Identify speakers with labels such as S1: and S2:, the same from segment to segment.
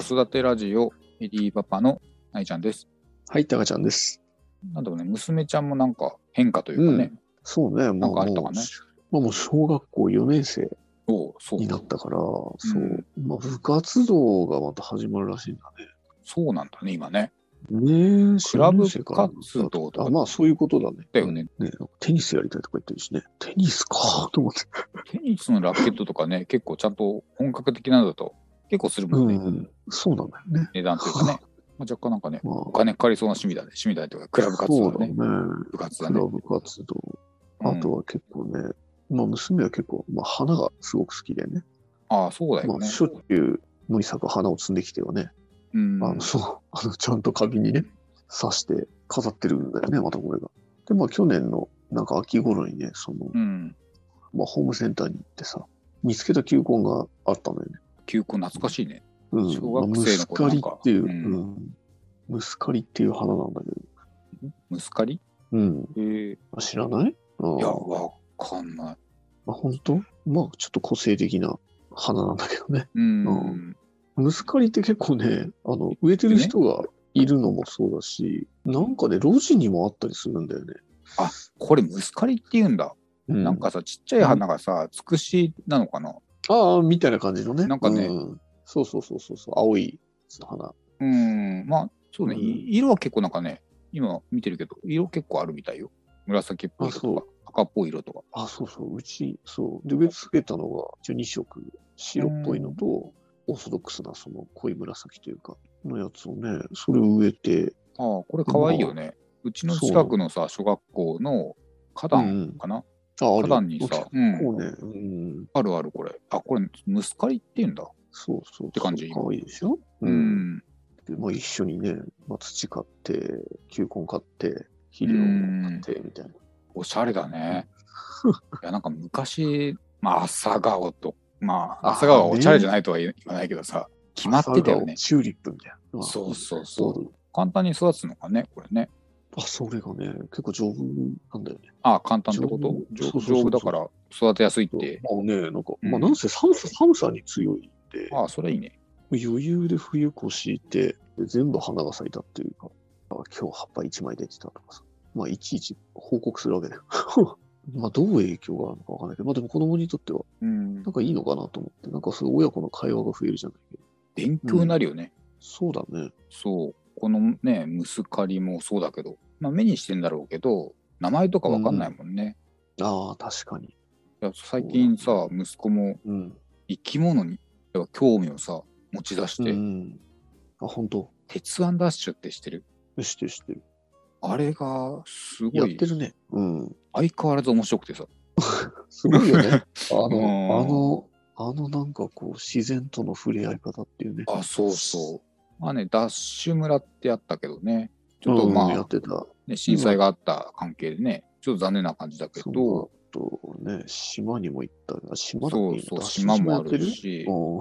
S1: 育てラジオ、エディパパのないちゃんです。
S2: はい、タカちゃんです。
S1: なんだろうね、娘ちゃんもなんか変化というかね、
S2: そうね、
S1: なん
S2: もう、
S1: かあった
S2: も
S1: か
S2: う
S1: ね。
S2: まあ、もう小学校4年生
S1: おうそう
S2: になったから、そうう、まあ、部活動がまた始まるらしいんだ
S1: そうなんだね、今ね。
S2: ね。ねえ、
S1: クラブ
S2: 4年生から
S1: 活動とか
S2: あ、まあ、そういうことだね。
S1: だよね。
S2: ねテニスやりたいとか言ってるしね。テニスかと思って。
S1: テニスのラケットとかね、結構ちゃんと本格的なのだと結構するもん
S2: う
S1: ね、
S2: ん、そうなんだよね。
S1: 値段というかね。まあ、若干なんかね、
S2: まあ、
S1: お金かかりそうな趣味だね。趣味だねというか、クラブ活
S2: そ
S1: 動
S2: う
S1: だ
S2: だ
S1: ね
S2: ね。。
S1: 部活だ
S2: ク
S1: ね
S2: ラ。ブ活動。あと
S1: うん
S2: は結構ね、まあ、娘は結構、まあ、花がすごく好きでね。
S1: ああ、そうだよ
S2: まあ、
S1: ね。
S2: しょっちゅう、無理作花を摘んできてはね。
S1: うん。
S2: あの、そう、 あの、ちゃんと花瓶にね、刺して飾ってるんだよね、またこれが。で、まあ去年の、なんか秋頃にね、その
S1: う、ん。
S2: まあホームセンターに行ってさ、見つけた球根があったのよね。
S1: 休校懐かしいね。
S2: うん。
S1: 小学生の頃
S2: まあムスカ
S1: な
S2: リ
S1: んか
S2: っていう、
S1: う
S2: うんん。ムスカリっていう花なんだけど。
S1: ムスカリ
S2: うん。
S1: えー、い
S2: あ知らないうん。
S1: や、わかんない。
S2: まあ本当まあちょっと個性的な花なんだけどね。
S1: うん。
S2: うんムスカリって結構ね、あの、植えてる人がいるのもそうだし、なんかね、路地にもあったりするんだよね。
S1: これ、ムスカリって言うんだ。
S2: う
S1: なんかさ、ちっちゃい花がさ、つくしなのかな
S2: ああ、みたいな感じのね。
S1: なんかね
S2: うそうそうそうそうそう、青い花。
S1: うん、まあ、そうね、
S2: うん
S1: い色は結構なんかね、今見てるけど、色結構あるみたいよ。紫っぽい色と
S2: あ
S1: か、赤っぽい色とか。
S2: あ、そうそう、うち、そう。で、植え付けたのが、一応2色、白っぽいのと、オーソドックスな、その濃い紫というか、のやつをね、それを植えて、
S1: ああ、これかわいいよね。うちの近くのさ、小学校の花
S2: う
S1: 壇
S2: ん
S1: かな、
S2: あ、あ
S1: 花壇にさ、
S2: こ
S1: うん、
S2: うね、うん、
S1: あるあるこれ。あ、これ、ムスカリって言うんだ。
S2: そうそうそう。って
S1: 感じ
S2: かわいいでしょ
S1: う。ん。
S2: でまあ、一緒にね、まあ、土買って、球根買って、肥料買って、みたいな。
S1: おしゃれだ ね。いや、なんか昔、まあ、朝顔と、まあ、
S2: あ
S1: 朝顔はおしゃれじゃないとは言え言わないけどさ、決まってたよね
S2: 朝顔。チューリップみたいな。
S1: そうそう
S2: そ
S1: そう。
S2: う。
S1: 簡単に育つのかね、これね。
S2: あ、それがね、結構丈夫なんだよね。
S1: ああ簡単ってこと丈
S2: 丈
S1: 夫
S2: 夫
S1: 丈夫だから育てやすいっ
S2: そう
S1: て。
S2: まあね、なんか、
S1: うん
S2: まあなんせ寒さ寒さに強いんで、
S1: ああ、それいいね。
S2: 余裕で冬越して、で全部花が咲いたっていうか、あ今日葉っぱ1枚出てたとかさ、まあいちいち報告するわけだよ。 まあどう影響があるのかわかんないけど、まあでも子供にとっては、
S1: うん
S2: な。んかいいのかなと思って、なんかそういう親子の会話が増えるじゃないけど、
S1: 勉強になるよね。
S2: そうだね。
S1: そう。このね、ムスカリもそうだけど、まあ目にしてんだろうけど、名前とかわかんないもんね。
S2: ああ、確かに。
S1: いや最近さ、息子も
S2: うん。
S1: 生き物にやっぱ興味をさ、持ち出して、
S2: うん、あ、本当
S1: 鉄腕ダッシュってしてる。
S2: 知ってる知ってる。
S1: あれがすご
S2: やっ
S1: い
S2: て、るね。うん。
S1: 相変わらず面白くてさ。
S2: すごい よね。あの、
S1: うん
S2: あの、あのなんかこう、自然との触れ合い方っていうね。
S1: あ、そうそう。まあね、ダッシュ村ってやったけどね。ちょっと
S2: うん
S1: まあ、
S2: やってた。
S1: ね、震災があった関係でね、ちょっと残念な感じだけ
S2: そ
S1: ど
S2: の、後ね、島にも行った。あ島だっ
S1: そう
S2: け
S1: そう、
S2: 今
S1: 島もあ
S2: やって
S1: るし、
S2: う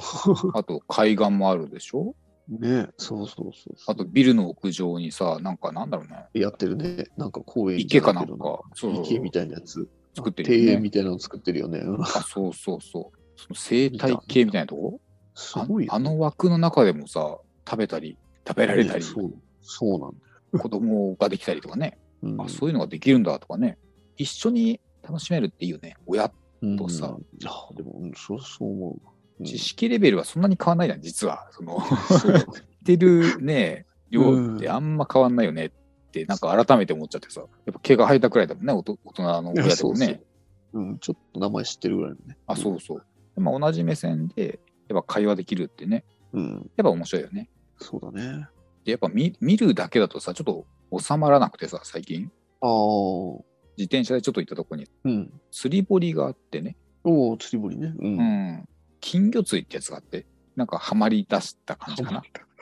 S1: あと海岸もあるでしょ
S2: んね、そうそうそうそう。
S1: あとビルの屋上にさ、なんかなんだろうね、
S2: やってるね。なんか公園
S1: 池かなん
S2: じ
S1: か
S2: ゃい、
S1: そうそ
S2: けど
S1: う
S2: 池みたいなやつ。
S1: 作ってる
S2: 庭
S1: よ
S2: 園
S1: ね。
S2: みたいなの作ってるよね。うん
S1: あ、そうそうそう。その生態系みたいなとこ
S2: す
S1: あ
S2: ごいよ
S1: あ
S2: ね、
S1: の枠の中でもさ、食べたり、食べられたり
S2: ね、そうそうなんだよ
S1: 子供ができたりとかね、
S2: うん。
S1: あ、そういうのができるんだとかね、一緒に楽しめるっていいよね。親、
S2: うん
S1: とさ
S2: あでも、うん、そうそう思う。うん
S1: 知識レベルはそんなに変わらないじゃん、実は。その
S2: そうだね
S1: やってるね、量
S2: うん
S1: ってあんま変わんないよねって、なんか改めて思っちゃってさ、やっぱ毛が生えたくらいだもんね、おと大人の
S2: い
S1: 親
S2: や
S1: でも
S2: そう
S1: ね。
S2: そううん、ちょっと名前知ってるぐらいのね。
S1: あ、そうそう。でも同じ目線で、やっぱ会話できるってね、
S2: うん、
S1: やっぱ面白いよね。
S2: そうだね。
S1: で、やっぱ見見るだけだとさ、ちょっと収まらなくてさ、最近、
S2: ああ、
S1: 自転車でちょっと行ったとこに、
S2: うん。
S1: 釣り堀があってね、
S2: おお、釣り堀ね。う。
S1: うんん、金魚釣りってやつがあって、なんかハマり出した感じかな。
S2: 知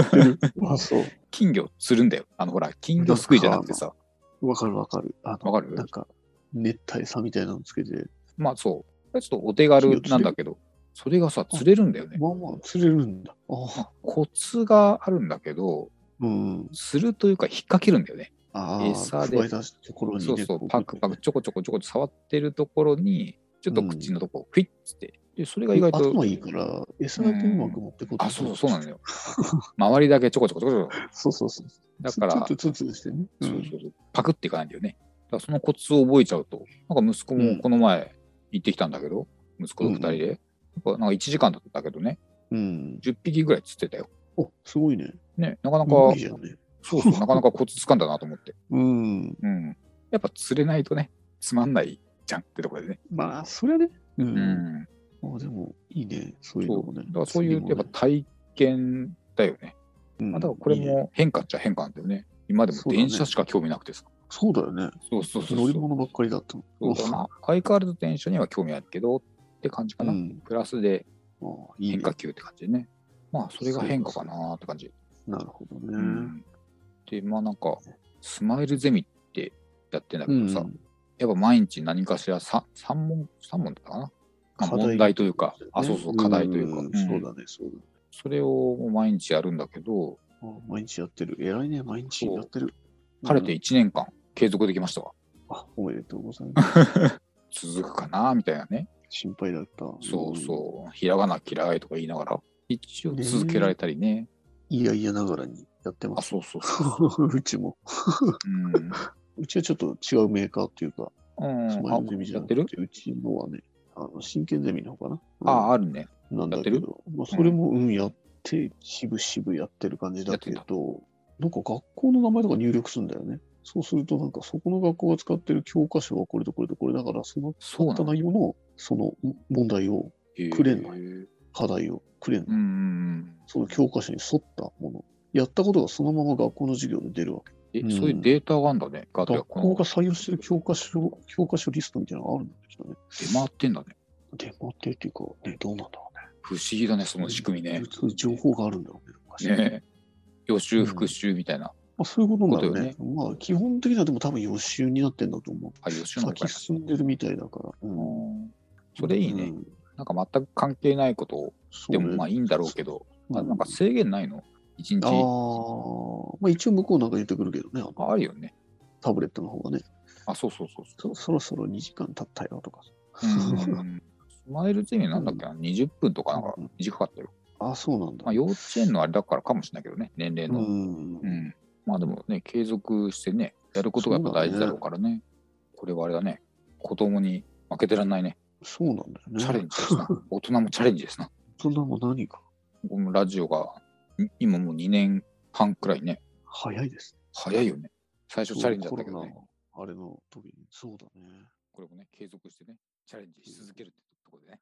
S2: ってる。 あ、そう。
S1: 金魚釣るんだよ。あの、ほら、金魚すくいじゃなくてさ、
S2: わかるわかる。あの
S1: わかる
S2: なんか、熱帯さみたいなのつけて、
S1: まあそう、ちょっとお手軽なんだけど、それがさ、釣れるんだよね。
S2: まあまあ釣れるんだ。ああ、
S1: コツがあるんだけど、
S2: うん。
S1: するというか引っ掛けるんだよね。
S2: あ
S1: 餌
S2: あ、
S1: で
S2: 加え出すところに
S1: そう
S2: ね。
S1: そう、
S2: こ
S1: パクパク
S2: ね
S1: ちょこちょこちょこちょこ触ってるところに、ちょっと口のとこ、フィッつってで、それが意外と、
S2: 頭いいから、餌だけうまく持ってこうと
S1: あ、そうそうなんだよ。周りだけちょこちょこちょこちょこ。
S2: そうそうそう。
S1: だから、
S2: ちょ
S1: そ
S2: っ
S1: う
S2: とつつしてね。う
S1: そうんそうパクっていかないんだよね。だからそのコツを覚えちゃうと、なんか息子もこの前行ってきたんだけど、息子と二人で。
S2: うん
S1: やっぱなんか1時間だったけどね、
S2: うん。
S1: 10匹ぐらい釣ってたよ。
S2: お、すごいね。
S1: ね、なかなか、
S2: いいじゃんね。
S1: そうそう、なかなかコツつかんだなと思って。
S2: うん。
S1: うん。やっぱ釣れないとね、つまんないじゃんってところでね。
S2: まあ、そりゃね。う。
S1: うんん。
S2: あでも、いいね。そういうの
S1: そ
S2: も
S1: う。
S2: ね
S1: だ。からそういう、やっぱ体験だよね。
S2: うん
S1: まあ、だからこれ
S2: いいね
S1: も変化っちゃ変化なんだよね。今でも電車しか興味なくてさ。
S2: そうだよね。
S1: そうそうそう
S2: 乗
S1: そう
S2: り物ばっかりだった
S1: そうだな。相変わらず電車には興味あるけどって感じか
S2: う
S1: な。
S2: ん。
S1: プラスで
S2: ああいい
S1: 変
S2: ね。
S1: 化球って感じでね。まあ、それが変化かなって感じ。
S2: なるほどね。
S1: うんで、まあなんか、スマイルゼミってやってんだけどさ、
S2: うん
S1: やっぱ毎日何かしら 3, 三問、三問だったかな。まあ
S2: 課題
S1: 問題というか
S2: だよね、
S1: あ、そうそう、課題というか、
S2: ん
S1: うん
S2: そうだね、そうだね。
S1: それをもう毎日やるんだけど、
S2: あ毎日やってる。偉いね、毎日やってる。
S1: 晴れて1年間継続できましたわ。
S2: あ、おめでとうござい ます。
S1: 続くかなみたいなね。
S2: 心配だった。
S1: そうそう、ひらがな嫌いとか言いながら、一応続けられたりね。
S2: うん。いやいやながらにやってま
S1: あ、
S2: す。
S1: そうそうそう。
S2: うちも。
S1: うん。
S2: うちはちょっと違うメーカーっていうか、
S1: うん、
S2: スマイルゼミじゃ
S1: やっ
S2: な
S1: てる
S2: くて、うちのはね、あの真剣ゼミの方かな。
S1: ああ、あるね。
S2: うんなんだけ
S1: やって
S2: ど、まあ、それも、うん、やって、しぶしぶやってる感じだけ
S1: やっ
S2: ど、なんか学校の名前とか入力するんだよね。そうすると、なんかそこの学校が使ってる教科書はこれとこれとこれだから、その
S1: そう
S2: あ
S1: な
S2: った
S1: んだ。
S2: 内容の、その問題を、くれんの
S1: へー
S2: 課題をくれるの
S1: うんうん
S2: その教科書に沿ったもの。やったことがそのまま学校の授業で出るわけ。
S1: うん。え、
S2: うん
S1: そういうデータがあるんだね。ガードが
S2: 学
S1: こ
S2: 校
S1: の
S2: が採用してる教科書、教科書リストみたいなのがあるんだけどね。
S1: 出回ってんだね。
S2: 出回ってるっていうか、ね、どうなんだろうね。
S1: 不思議だね、その仕組みね。
S2: そういう情報があるんだろうね。昔
S1: ねえ予習復習みたいな。
S2: まあ、そういうことなんだろう
S1: こ
S2: ね。まあ、基本的にはでも多分予習になってんだと思
S1: あ、予
S2: う。
S1: 習なのかな。
S2: 先進んでるみたいだから。うん
S1: うんそれいいね。
S2: うん
S1: なんか全く関係ないことを、
S2: そう
S1: で
S2: ね
S1: もまあいいんだろうけど、あ
S2: う
S1: なんか制限ないの一日
S2: あーまあ、一応向こうなんか言ってくるけどね、あの
S1: あるよね。
S2: タブレットの方がね、
S1: あ、そうそうそう
S2: そそろそろ2時間経ったよとか。
S1: そう。うんスマイルゼミなんだっけな、20分とかなんか
S2: うん
S1: 短かったよ。
S2: ああ、そうなんだ。
S1: まあ、幼稚園のあれだからかもしれないけどね、年齢
S2: う
S1: の。
S2: ん
S1: う。ん、まあでもね、継続してね、やることがやっぱ大事だろうからね、これはあれだね、子供に負けてらんないね、
S2: そうなんだよね。
S1: チャレンジですな、大人もチャレンジですな。
S2: 大人も何か
S1: このラジオがん今もう2年半くらいね、
S2: 早いです。
S1: 早いよね。最初チャレンジだったけどね、
S2: コロナのあれの時に。そうだね。
S1: これもね、継続してね、チャレンジし続けるってところでね。